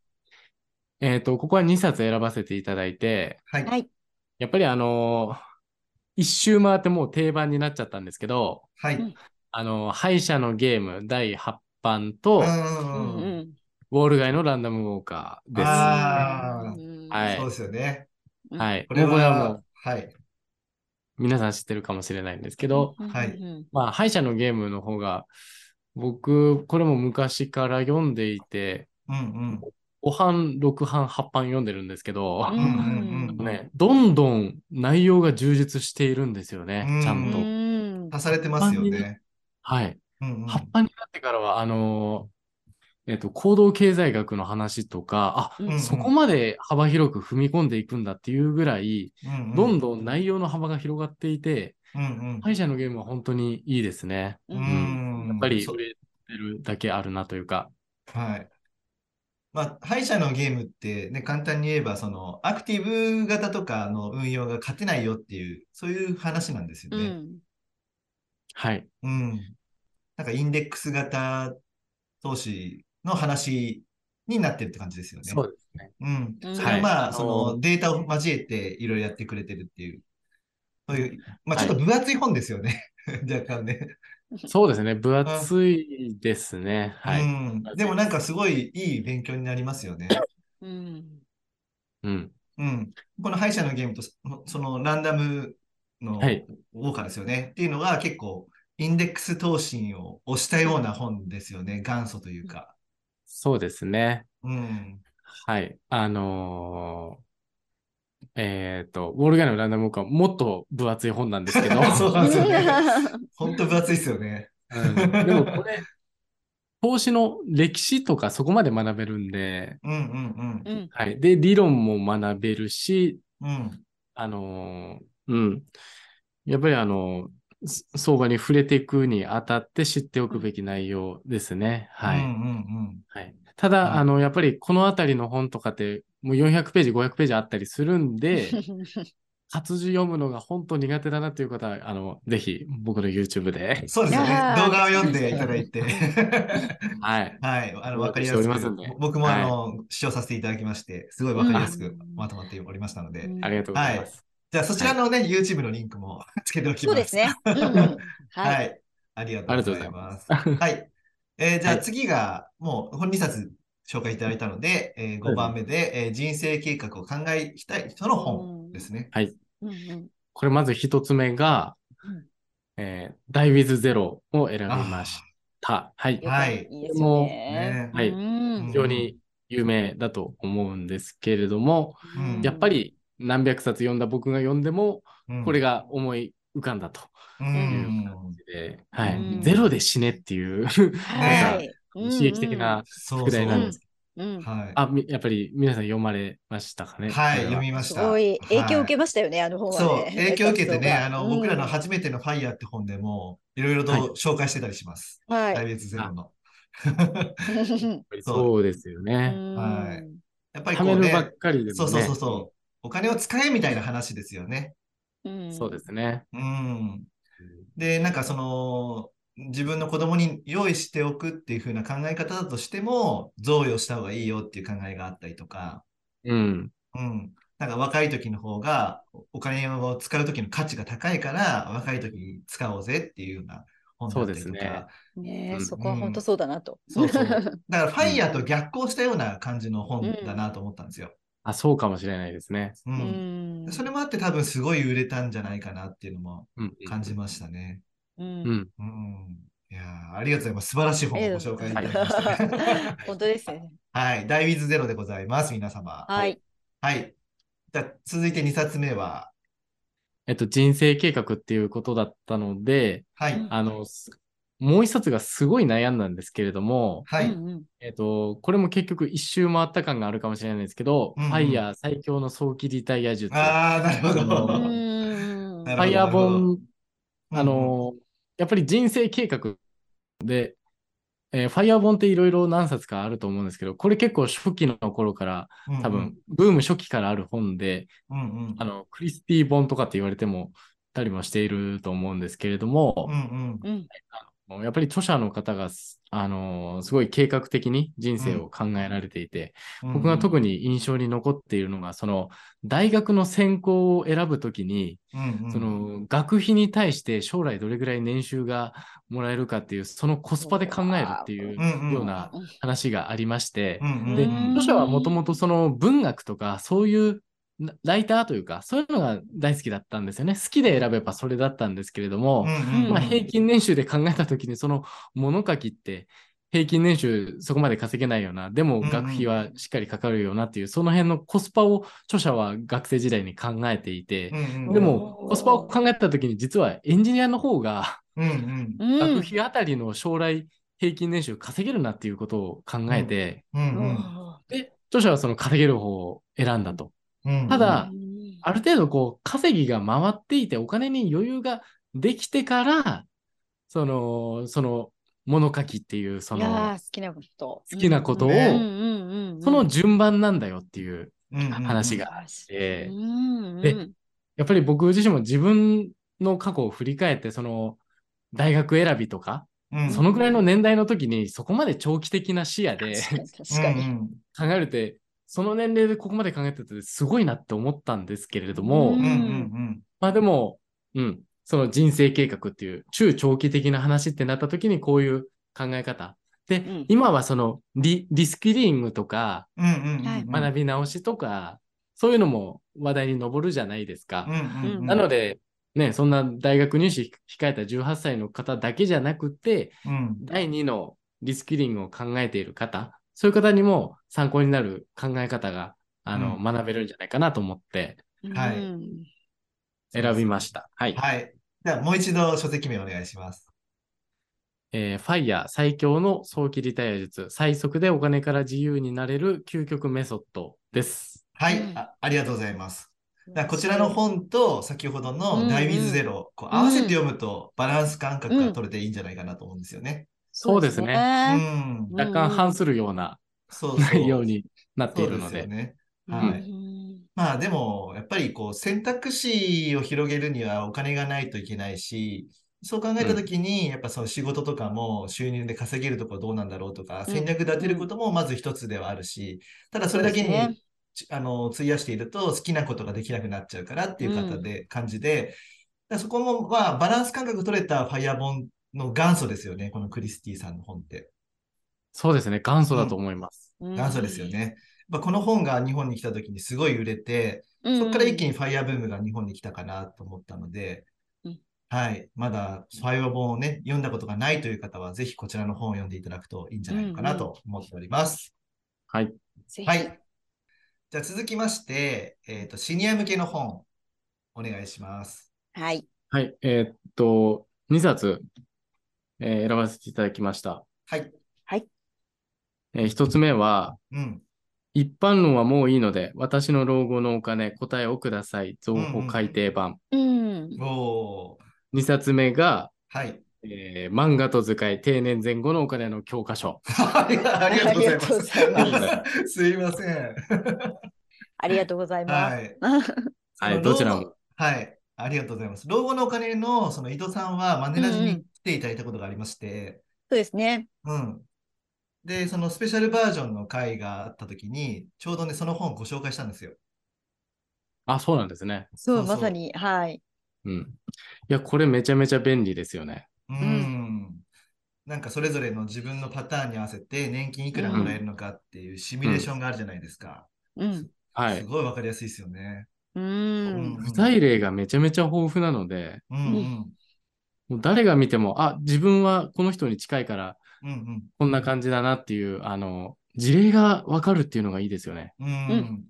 えっ、と、ここは2冊選ばせていただいて、
はい。
はい。
やっぱりあのー一周回ってもう定番になっちゃったんですけど、
はい。
うん
あのー敗者のゲーム第8版と、
う
うん
ん
うん
う
うん
ん。
ウォール街のランダムウォーカーです。
あ
は
ー
うん
はい
そうですよね。
い。
これ
もうこれはも
は
う、
はい。
皆さん知ってるかもしれないんですけど、
うん
はい
うん
まあ、敗者のゲームの方が、僕、これも昔から読んでいて、
うん
5版、6版、8版読んでるんですけど、
うん。うんうんうん。
ね、どんどん内容が充実しているんですよ
う
ね
ん、
ちゃん
う
と。
ん。
足されてますよね。
はい。
うんうん
葉っぱになってからは、あのーえっと、行動経済学の話とか、あ、
うん
うん
そこまで幅広く踏み込んでいくんだっていうぐらい、どんどん内容の幅が広がっていて、
うん
敗者のゲームは本当にいいですね。
うん。う
うん
ん
やっぱり
そ
売れてるだけあるなというか。
はい。まあ、敗者のゲームってね、簡単に言えば、その、アクティブ型とかの運用が勝てないよっていう、そういう話なんですよ
う
ね。
ん。
はい。
うん。なんか、インデックス型投資の話になってるって感じですよね。
そうですね。
うん。
うん
それはま
は
あ、
い
そ
あ
の
の
データを交えていろいろやってくれてるっていう。そういう、まあちょっと分厚い本ですよね。 [laughs] 若干ね。
そうですね。分厚いですね。は
う
い。
ん。でもなんかすごいいい勉強になりますよね。
うん。
うん。
うん。この敗者のゲームとそそのランダムの
はい
ウォーカーですよね。っていうのが結構インデックス投信を押したような本ですよね。元祖というか。
そうですね。
うん。
はい。あのーえっ、と、ウォールガイのランダムウォーカーもっと分厚い本なんですけど、
[laughs] そうなんですよ
[laughs]
ね。ほんと分厚いですよね。
うんでもこれ、投資の歴史とかそこまで学べるんで、
うんうん
うん
はい。で、理論も学べるし、
うん。うん。
あのーうん。やっぱりあのーす相場に触れていくにあたって知っておくべき内容ですね。はい。
うんうん
はい、ただ、
はい
あの、やっぱりこのあたりの本とかって、もう400ページ、500ページあったりするんで、
[laughs]
活字読むのが本当苦手だなっていう方は、あの、ぜひ僕の
[laughs]
YouTube で、
そうですよね。
いやー
動画を読んでいただい
[laughs]
て。
はい。
はい。あの、
登録
わかりやす
しておりま
く
すんで、
僕も
は
あ
い
の、視聴させていただきまして、すごいわかりやす
う
く
ん
まとまっておりましたので。
ありがとうございます。
じゃあ、そちらのね、YouTube のリンクも [laughs] つけておきます。
そうですね。
[laughs]
うんうん
はい。
はい。
ありがとうございます。はい。えーじゃあ次が、もう本2冊紹介いただいたので、え5番目で、えー人生計画を考えたい人の本ですね。
うんうん
これまず一つ目が
うん、
えー、ダイウィズゼロを選びました。はい。
よ
は
かった
い
いですよね。
ね
はいう
うん
ん
非常に有名だと思うんですけれども、
うん
やっぱ、り何百冊読んだ僕が読んでも、
うん
これが思い浮かんだと
うん
いう感じで、は
う
い
ん。
ゼロで死ねっていう、
はい。
刺激的な
そう
宿
そう。
題なんです。
うん。うん
はい。
あ、みやっぱり皆さん読まれましたかね。
はい、
これ
読みまし
す
た。
ごい影響を受け
け
ましたよね、あの本は
そう、
ね。
影響を受けて
[laughs]
ね、あの、
うん
僕らの初めてのファイヤーって本でも、いろいろと
はい
紹介してたりします。
は
大
[laughs] い。
別ゼロの。
そうですよ
う
ね。
ん
はいやっぱり
貯
こ
め
う
る
ね
ば、っかりでもね。
そうそうそうそう。お金を使えみたいな話ですよね。
うん
そうですね。
うん。で、なんかその、自分の子供に用意しておくっていう風な考え方だとしても、贈与した方がいいよっていう考えがあったりとか、
うん。
うん。なんか若い時の方が、お金を使う時の価値が高いから、若い時に使おうぜっていうような本だったりと
そうで
か。
すね
ねえ
うん
そこは本当そうだなと。
そうそう。だから、ファイヤーと逆行したような感じの本だなと思ったんですよ。
あ、そうかもしれないですね。
う。
うんん
それもあって多分すごい売れたんじゃないかなっていうのも
うん。
感じましたね。
う
うんん。
うん。いやーありがとうございます。素晴らしい本をご紹介いただきましたね。
[laughs] 本当ですね。
はい。ダイウィズゼロでございます、皆様。
はい。
はい。じゃあ続いて2冊目は、
えっと、人生計画っていうことだったので、
は
う
い
ん。
あの、すもう一冊がすごい悩んだんですけれども、
は
う
い。
んうん
えっと、これも結局一周回った感があるかもしれないんですけど、
うんうん
ファイヤー最強の早期リタイア術。ファ
ああ、なるほど。
う
うん
なるほど
イヤー
うんう
本、あの、やっぱり人生計画で、えーファイヤー本っていろいろ何冊かあると思うんですけど、これ結構初期の頃から、
うん、
多分、ブーム初期からある本で、
うんうん、
あの、クリスティ本とかって言われても、たりもしていると思うんですけれども
うん、うん、
うん
やっぱり著者の方がす、あのーすごい計画的に人生を考えられていて、
うん
僕が特、に印象に残っているのが、その、大学の専攻を選ぶときに、
うんうん、
その、学費に対して将来どれぐらい年収がもらえるかっていう、そのコスパで考えるってい
うんうん
うような話がありまして
う、んうん、
で
うん
著者はもともとその文学とかそういうなライターというかそういうのが大好きだったんですよね。好きで選べばそれだったんですけれども、
うんうん
まあ、平均年収で考えた時にその物書きって平均年収そこまで稼げないようなでも
んうん
学費はしっかりかかるようなっていうその辺のコスパを著者は学生時代に考えていて
うんうん、
で
う
も
ん
コスパを考えた時に実はエンジニアの方が
うんうん、
うん
学費あたりの将来平均年収稼げるなっていうことを考えて、
うん
う
うんん
で、著者はその稼げる方を選んだと。
うん、
ただある程度こう稼ぎが回っていてお金に余裕ができてから、その、その物書きっていうそ
いやー
の
好きなこと。
好きなことを、
うんね
そ
そ
の順番なんだよっていう
うんうんうん
話があって、で
で、
やっぱり僕自身も自分の過去を振り返って、その大学選びとか、
うん
そのぐらいの年代の時にそこまで長期的な視野で、
確かに確か
う
に。
ん
考えるって、その年齢でここまで考えててすごいなって思ったんですけれど
う
も、
ん
ん
うんうん
まあでも、うん、その人生計画っていう中長期的な話ってなった時にこういう考え方。
う
で、
ん
今はそのリリスキリングとか
うんうん
はい
うん
学び直しとか、そういうのも話題に上るじゃないですか。
うんうんうん
なので、ね、そんな大学入試控えた18歳の方だけじゃなくて、
うん
第2のリスキリングを考えている方、そういう方にも参考になる考え方が、あの、
うん
学べるんじゃないかなと思って
はい
うん
選びました。はい。
はい。じゃあもう一度書籍名お願いします。
えー、ファイヤー最強の早期リタイア術、最速でお金から自由になれる究極メソッドです。
はい、
うん
あ、ありがとうございます。だからこちらの本と先ほどの「ダイウィズゼロ」こう合わせて読むとバランス感覚が取れていいんじゃないかなと思うんですよね。
そうです
う
ね
ね。
ん、
若干反するような
そうそう
内容になっているの
そうですよ
で。
ね。
うん
はい
うん
まあでも、やっぱりこう選択肢を広げるにはお金がないといけないし、そう考えたときに、やっぱその仕事とかも収入で稼げるところどうなんだろうとか、
うん
戦略立てることもまず一つではあるし、ただそれだけに、
そうですね
ちあの費やしていると好きなことができなくなっちゃうからっていう方で、感じで、だからそこも、まあ、バランス感覚取れたファイヤーボンの元祖ですよね、このクリスティさんの本って。
そうですね、元祖だと思います。
元祖ですよ。ね。まあ、この本が日本に来た時にすごい売れて、
うん
そこから一気にファイヤーブームが日本に来たかなと思ったので、
うん
はい、まだファイヤー本をね、読んだことがないという方は、ぜひこちらの本を読んでいただくといいんじゃないのかなと思っております。
はい。
ぜひ
はい。じゃあ続きまして、えっ、と、シニア向けの本、お願いします。
はい。
はい。えーっと、2冊、えー選ばせていただきました。
はい。
え1つ目は、
うん。
一般論はもういいので、私の老後のお金、答えをください、増法改訂版。
うん。
おー。
2冊目が、
はい。
えー漫画と図解、定年前後のお金の教
[laughs]
科書。
ありがありがとうございます。
ありがとうござ
い
すいません。
ありがとうございま
はい。
[laughs] す。
はい、
その
どちらも。
はい。ありがとうございます。老後のお金の、その伊藤さんはマネラジ
うんう
に
ん
来ていただいたことがありまして、
そうですね。
うん。で、そのスペシャルバージョンの回があった時に、ちょうどね、その本をご紹介したんですよ。
あ、そうなんですね。
そう、
そうそう
まさに。はい。
うん。いや、これめちゃめちゃ便利ですよね。
うん。なんかそれぞれの自分のパターンに合わせて年金いくらもらえるのかっていうシミュレーションがあるじゃないですか。
うん。
は
す
い。
ごいわかりやすいですよね。
う。
うん
具体例がめちゃめちゃ豊富なので、
うんうん
もう誰が見ても、あ、自分はこの人に近いから、
うんうん
こんな感じだなっていう、あの、事例がわかるっていうのがいいですよね。
うんう。
うん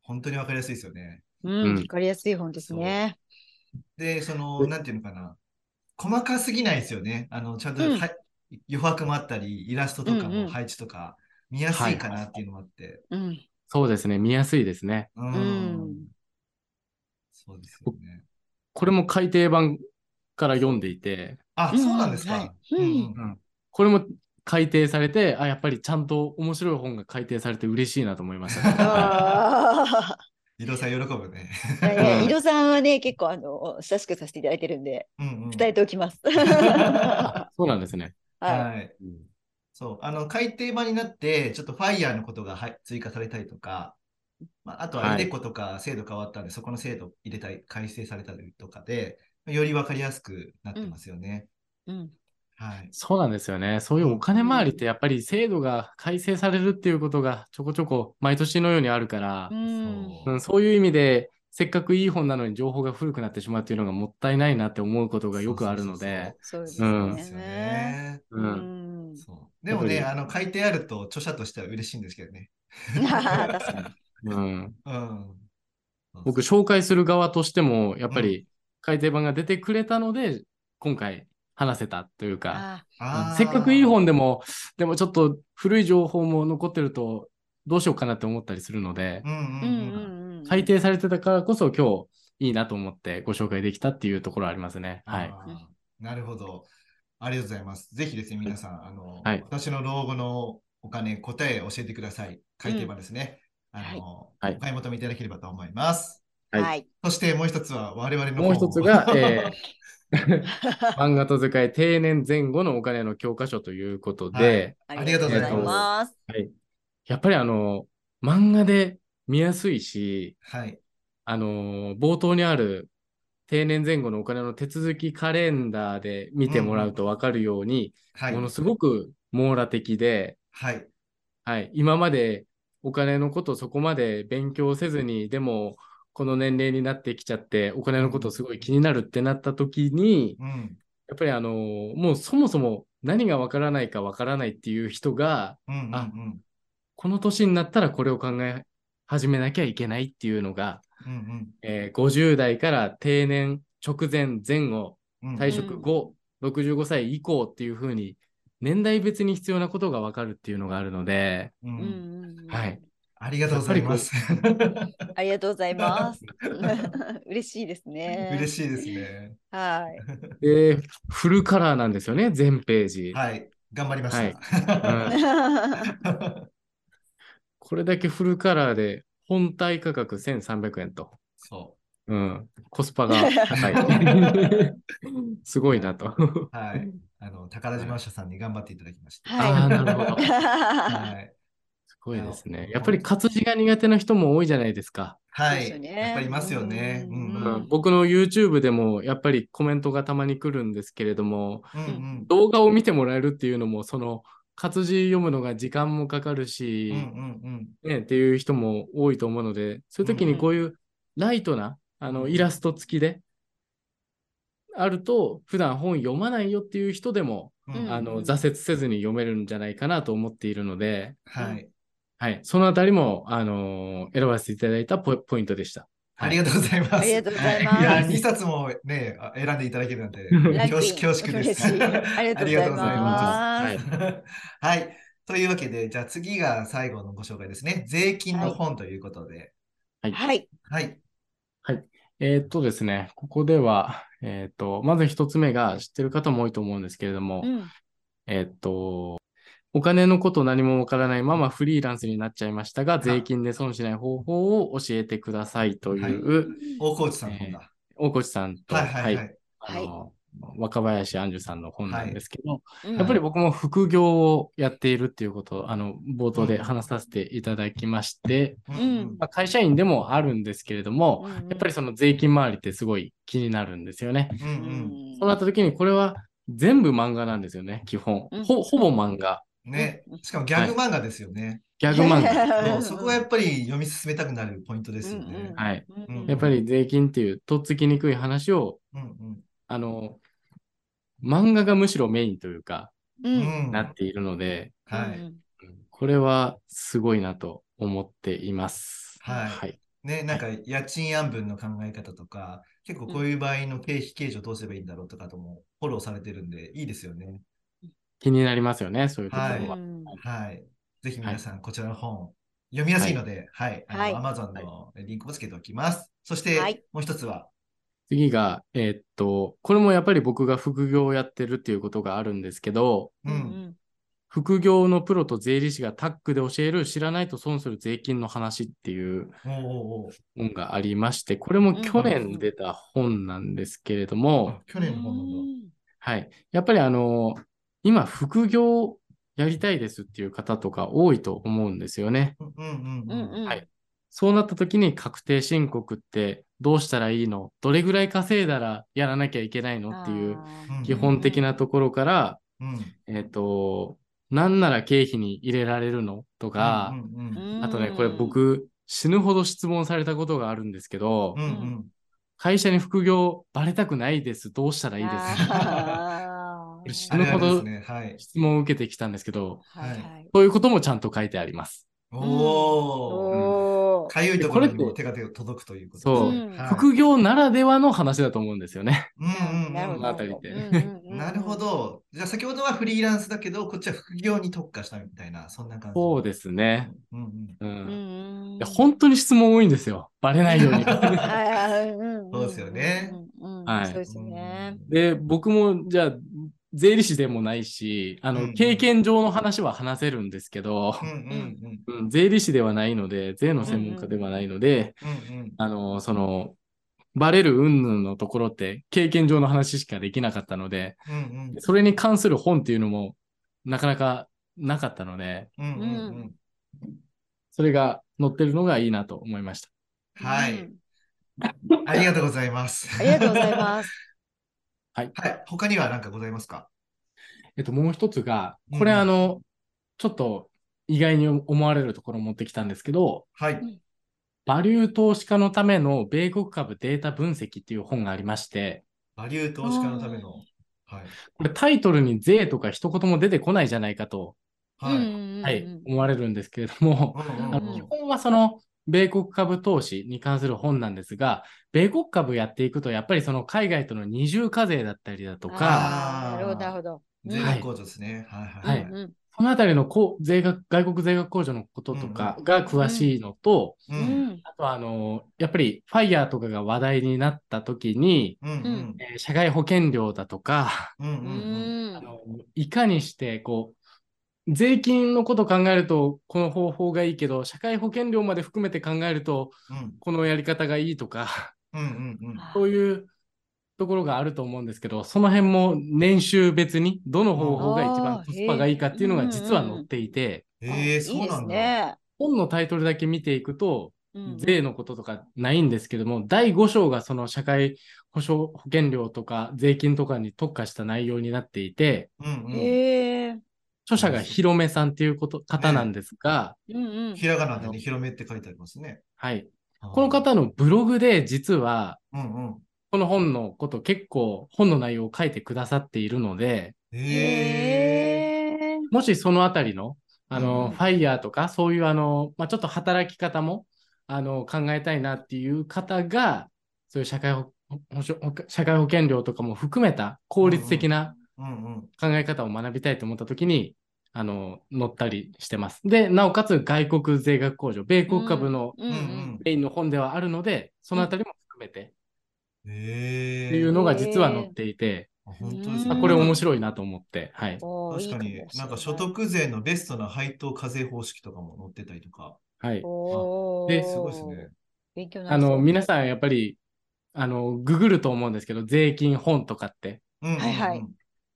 本当にわかりやすいですよね。
うん。
うん
わかりやすい本ですね。
で、その、
うん
なんていうのかな、細かすぎないですよね。あの、ちゃんと、
うん
は余白もあったり、イラストとか
うんう
も
ん
配置とか、見やすいかなっていうのもあって。 [laughs]
うん。
そうですね。見やすいですね。
う。
うんん。
そうですよね。
これも改訂版から読んでいて、
あ、
うん
そうなんですか
は。いうん
うん
これも改訂されて、あ、やっぱりちゃんと面白い本が改訂されて嬉しいなと思いました
[laughs]
ね、
あ
伊藤さん喜ぶね。
あ。いやいや
うん
井戸さんはね、結構、あの、親しくさせていただいてるんで、
うんうん
伝えておき [laughs] ます。
[laughs] は
そうなんですね。
は
はい。そう。あの、改訂版になって、ちょっとファイヤーのことがはい追加されたりとか、まあ、あとは
は
イ
い
デコとか制度変わったんで、そこの制度入れたり、改正されたりとかで、よりわかりやすくなってますよね。
い。うん。
はい。
そうなんですよね。そういうお金回りってやっぱり制度が改正されるっていうことがちょこちょこ毎年のようにあるから
う、ん。
そ
うん
う
そういう意味でせっかくいい本なのに情報が古くなってしまうっていうのがもったいないなって思うことがよくあるので、
そうです
そう
うん
ですよ
ね。
ね。
う
うんん。
そうでもね、
やっ
あの書いてあると著者としては嬉しいんですけどね。
[laughs] 確かに。
うん
うん、
僕
そう
紹介する側としてもやっぱり改訂版が出てくれたので今回話せたというか、
[laughs] あ
あー
せっかくいい本でもでもちょっと古い情報も残ってるとどうしようかなって思ったりするので
う、ん
あ。
う
うんん
う
うんんうん。
改訂されてたからこそ今日いいなと思ってご紹介できたっていうところありますね。は
あ
い。
ーなるほど。ありがとうございます。ぜひですね、皆さん、あの、
はい
私の老後のお金、答え教えてください。改訂版ですね。あの、
はい
お買い求めいただければと思います。
はい
はい。
そしてもう一つは我々の
もう一つが、え
ー、
ー
[laughs]
漫画と図解定年前後のお金の教科書ということで、
ありがとうござい
ま。
ます
やっぱりあの、漫画で見やすいし、
[laughs] はい。
あの、冒頭にある定年前後のお金の手続きカレンダーで見てもらうとわかるように、
はい。
ものすごく網羅的で、
はい。
はい、今までお金のことそこまで勉強せずに、でも、この年齢になってきちゃって、お金のことすごい気になるってなった時に、
うん。
やっぱりあのーもうそもそも何がわからないかわからないっていう人が、
うんうん
あ
うん。
この年になったらこれを考え始めなきゃいけないっていうのが、
うん
えー50代から定年直前前後、
うん。
退
う
職
ん
後、65歳以降っていうふうに、年代別に必要なことがわかるっていうのがあるので、
う
うんんうんうん
はい。
ありがとうございます。
ありがとうござい [laughs] ます。嬉しいですね。
[laughs] 嬉
し
しいですね。
い。はい。 [laughs]
で、フルカラーなんですよね、全ページ。
はい、頑張りました。
はいうんこれだけフルカラーで、本体価格1300円と。
[laughs] そ
うん。コスパが
[laughs]
高い。すごいなと。
う。はい。あの、宝島社さんに頑張っていただきました。
はい
ああ、なるほど。す
は
[laughs] はい。
ごいですね。やっぱり活字が苦手な人も多いじゃないですか。
は
そうですよ
い。
ね
やっぱりいますよね。う
うんん
う
うんん
うん
僕の YouTube でもやっぱりコメントがたまに来るんですけれども、
うん。
動画を見てもらえるっていうのも、その活字読むのが時間もかかる
う
し、
んうん
ね、っていう人も多いと思うので、そういう時
う
に
ん
こういうライトな、あ
う
の
ん
イラスト付きであると、普段本読まないよっていう人でも、
う
うん
ん。
あの
うん
挫折せずに読めるんじゃないかなと思っているので、
はい。
はい、そのあたりも、あの選ばせていただいたポポイントでした。
ありがとうございます。
ありがとうございます
いや、2冊もね、あ選んでいただけるなんて、
い。ランクイン
恐縮恐縮です。
嬉しいありがとうございます。
はい、
はい。というわけで、じゃあ次が最後のご紹介ですね。税金の本ということで。
はい。
はい。
えーっとですね、ここでは、えーっと、まず一つ目が知ってる方も多いと思うんですけれども、
うん
えっと、お金のこと何もわからないままフリーランスになっちゃいましたが、税金で損しない方法を教えてくださいという、
大河内さんの本だ。
大越さんと、
はいはいはい。
あの、若林杏樹さんの本なんですけど、
うん
やっぱり僕も副業をやっているっていうことを、あの、冒頭で話させていただきまして、
う
うん
まあ、会社員でもあるんですけれども、
うんうん
やっぱりその税金周りってすごい気になるんですよね。
うんうん
そうなった時に、これは全部漫画なんですよね、基本。
うん
ほほぼ漫画。
ね。しかもギャグ漫画ですよね。
ギャグ
[laughs]
漫画。
はい
そうそこがやっぱり読み進めたくなるポイントですよ
うんう
ね
ん。
はい。
うん
うん
やっぱり税金っていうとっつきにくい話を、
うんうん
あの、漫画がむしろメインというか、
う
うんん
なっているので、
はい。
これはすごいなと思っています。
はいね、なんか家賃安分の考え方とか、結構こういう場合の経費計上どうすればいいんだろうとかともフォローされてるんで、いいですよね。
気になりますよね、そういうところ
はい
は。
うん
はい。ぜひ皆さん、こちらの本、読みやすいので、はい。あの、Amazon のリンクもつけておきます。そして
はい、
もう一つは、
次が、えーっと、これもやっぱり僕が副業をやってるっていうことがあるんですけど、
うん。
副業のプロと税理士がタッグで教える知らないと損する税金の話っていう
おうおうおう
本がありまして、これも去年出た本なんですけれども、
あ去年の本なんだ。
はい。やっぱりあの、今、副業やりたいですっていう方とか多いと思うんですよね。
うんう
うんん
うん。
うん
はいそうなった時に確定申告ってどうしたらいいのどれぐらい稼いだらやらなきゃいけないのっていう
うん
基本的なところから、
うん。
えっ、と、なんなら経費に入れられるのと
う
か、
んうんうん。
あとね、これ僕死ぬほど質問されたことがあるんですけど、
うんうん。
会社に副業バレたくないです。どうしたらいいですか
あー
これ死
あ
ぬ
れあ
ほ
れで
ど
すね。はい。
質問を受けてきたんですけど、
はいはい。
そういうこともちゃんと書いてあります。
おお。
おー
かゆいところに
これっ
も手
て
が手が届くということ
そう
ですねはい
副業ならではの話だと思うんですよね。
うんうん
なるほ
うん
ど
この辺りで
うんうんうん
なるほど。じゃあ先ほどはフリーランスだけど、こっちは副業に特化したみたいな、 [laughs] そんな感じ。
そうですね。
うんうん。
うん。
うん
い
うん
や本当に質問多いんですよ。バレないよ
[laughs]
うに。
はいはいうんん
そうですよね
うんうん
はい
そうですね。
で、僕も、じゃあ、税理士でもないし、あの、
うん
経験上の話は話せるんですけど
う、んうん
うん、税理士ではないので、税の専門家ではないので、
うん。うんうん。
あの、その、バレる云々のところって経験上の話しかできなかったので、
うん
それに関する本っていうのもなかなかなかったので、
うん。うんうんうん。
それが載ってるのがいいなと思いました。
は
う
い。
ん
ありがとうございます。
ありがとうござい
す。
ます。
はい。他には何かございますか
えっと、もう一つが、これ、
うんうん
あの、ちょっと意外に思われるところを持ってきたんですけど、
はい。
バリュー投資家のための米国株データ分析っていう本がありまして、
バリュー投資家のための。はい。
これタイトルに税とか一言も出てこないじゃないかと、
はい。うん
うん
はい
うん、
思われるんですけれども、
うん
あ
う
の
ん
基本はその米国株投資に関する本なんですが、米国株やっていくと、やっぱりその海外との二重課税だったりだとか、
あーなるほど、なるほど。
税
は
額
い
控除ですね。はい
は
はいいはい。
うん
そのあたりのこう税額外国税額控除のこととかが詳しいのと、
う。
うんん
あとはあのやっぱり FIRE とかが話題になった時に、
うんうん。
えー社外保険料だとか、
うんうん
う
うん。
ん
あのいかにしてこう税金のこと考えると、この方法がいいけど、社会保険料まで含めて考えると、
うん
このやり方がいいとか、
うんうんうん。
そういうところがあると思うんですけど、その辺も年収別に、どの方法が一
あー
番コスパがいいかっていうの
へ
が
ー
実は載っていて、
ええ
あ
そうなん
いい
だ。
ですね。
本のタイトルだけ見ていくと、
うん
税のこととかないんですけども、第5章がその社会保障保険料とか税金とかに特化した内容になっていて、
うんうん。
へえ。
著者がひろめさんっていうこと方なんですが、
うんうん。
ひらがなでね、広めって書いてありますね。
はい。
こ
この、方のブログで実は、
うんうん。
この本のこと結構本の内容を書いてくださっているので、
へえ。
へえ。
もしそのあたりの、あ
うん
の、ファイヤーとか、そういうあの、まあ、ちょっと働き方も、あの、考えたいなっていう方が、そういう社会保、保障保社会保険料とかも含めた効率的な
うんうん。
考え方を学びたいと思った時に、あの、乗ったりしてます。で、なおかつ外国税額控除、米国株の
うん
う
うん。
うんん。
メインの本ではあるので、そのあたりも含めて
へえ。
っていうのが実は載っていて、
あ本当です
あ
ね。
これ面白いなと思って、はい。
おーい
確
い
か
もし
に
れい
なんか所得税のベストな配当課税方式とかも載ってたりとか。
はい。
お
で
ー
すごいですね。
勉強にな
あ
りそう
の、皆さんやっぱり、あの、ググると思うんですけど、税金本とかって。
うんうんうん
はいはい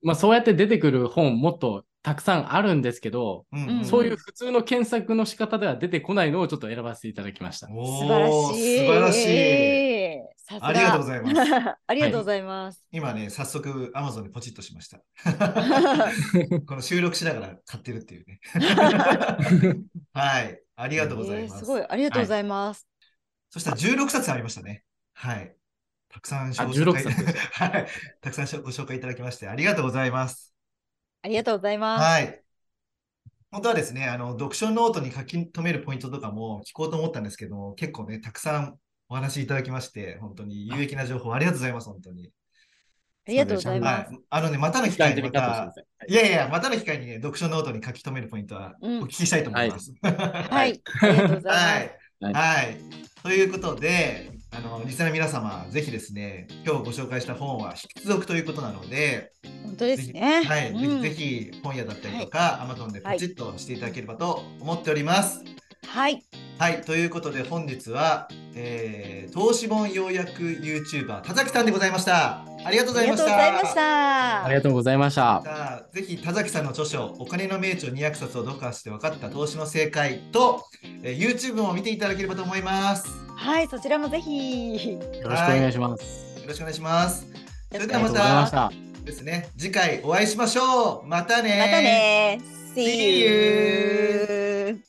まあそうやって出てくる本もっとたくさんあるんですけど、
うんん
そういう普通の検索の仕方では出てこないのをちょっと選ばせていただきました。
おー
素晴らしい。
素晴らしい。
さすが
ありがとうございます。
す。ありがとうございます。
今ね、早速 Amazon にポチッとしました。
あ
この収録しながら買ってるって
[laughs]
いうね。はい。ありがとうございます。
すごい、ありがとうございます。
そしたら16冊ありましたね。はい。たくさんご紹
あ16
介
冊
[laughs] はい。たくさんご紹介いただきましてありがとうございます。
ありがとうございます。
はい。本当はですね、あの、読書ノートに書き留めるポイントとかも聞こうと思ったんですけども、結構ね、たくさんお話いただきまして、本当に有益な情報ありがとうございます、本当に。
ありがとうございま
は
す。
い。あのね、またの機
時間
会
的
に
に
ま
カット
た
し、てください
いやいや、またの機会にね、読書ノートに書き留めるポイントはお
うん
聞きしたいと思います。
はい、ありがとうございます。
はい。はい。ということで、あの、リスナーの皆様、ぜひですね、今日ご紹介した本は必読ということなので、
本当ですね。
はい、ぜ
う
ひ
ん
ぜひ本屋だったりとか、Amazon でポチッとしていただければと思っております。
はい、
はい、ということで本日は、えー投資本要約 YouTuber 田崎さんでございました。ありがとうござ
あ
い
り
ま
が
し。
とうございました
あ
た
り。がとうございました。
さあぜひ田崎さんの著書「お金の名著200冊を読破して分かった投資の正解と」えー YouTube も見ていただければと思います。よ
はい、そちらもぜひ。
よろしくお願いします。
ろしくお願いします。それで
あ
はま
りがとう
た
ございました。
ですね次回お会いしましょう。またね
またね。See
See
you.